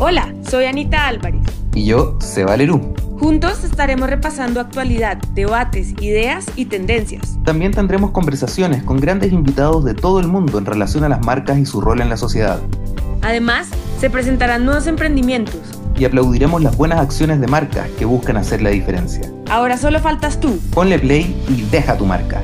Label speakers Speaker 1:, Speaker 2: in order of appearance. Speaker 1: Hola, soy Anita Álvarez.
Speaker 2: Y yo, Seba Lerú.
Speaker 1: Juntos estaremos repasando actualidad, debates, ideas y tendencias.
Speaker 2: También tendremos conversaciones con grandes invitados de todo el mundo en relación a las marcas y su rol en la sociedad.
Speaker 1: Además, se presentarán nuevos emprendimientos.
Speaker 2: Y aplaudiremos las buenas acciones de marcas que buscan hacer la diferencia.
Speaker 1: Ahora solo faltas tú.
Speaker 2: Ponle play y deja tu marca.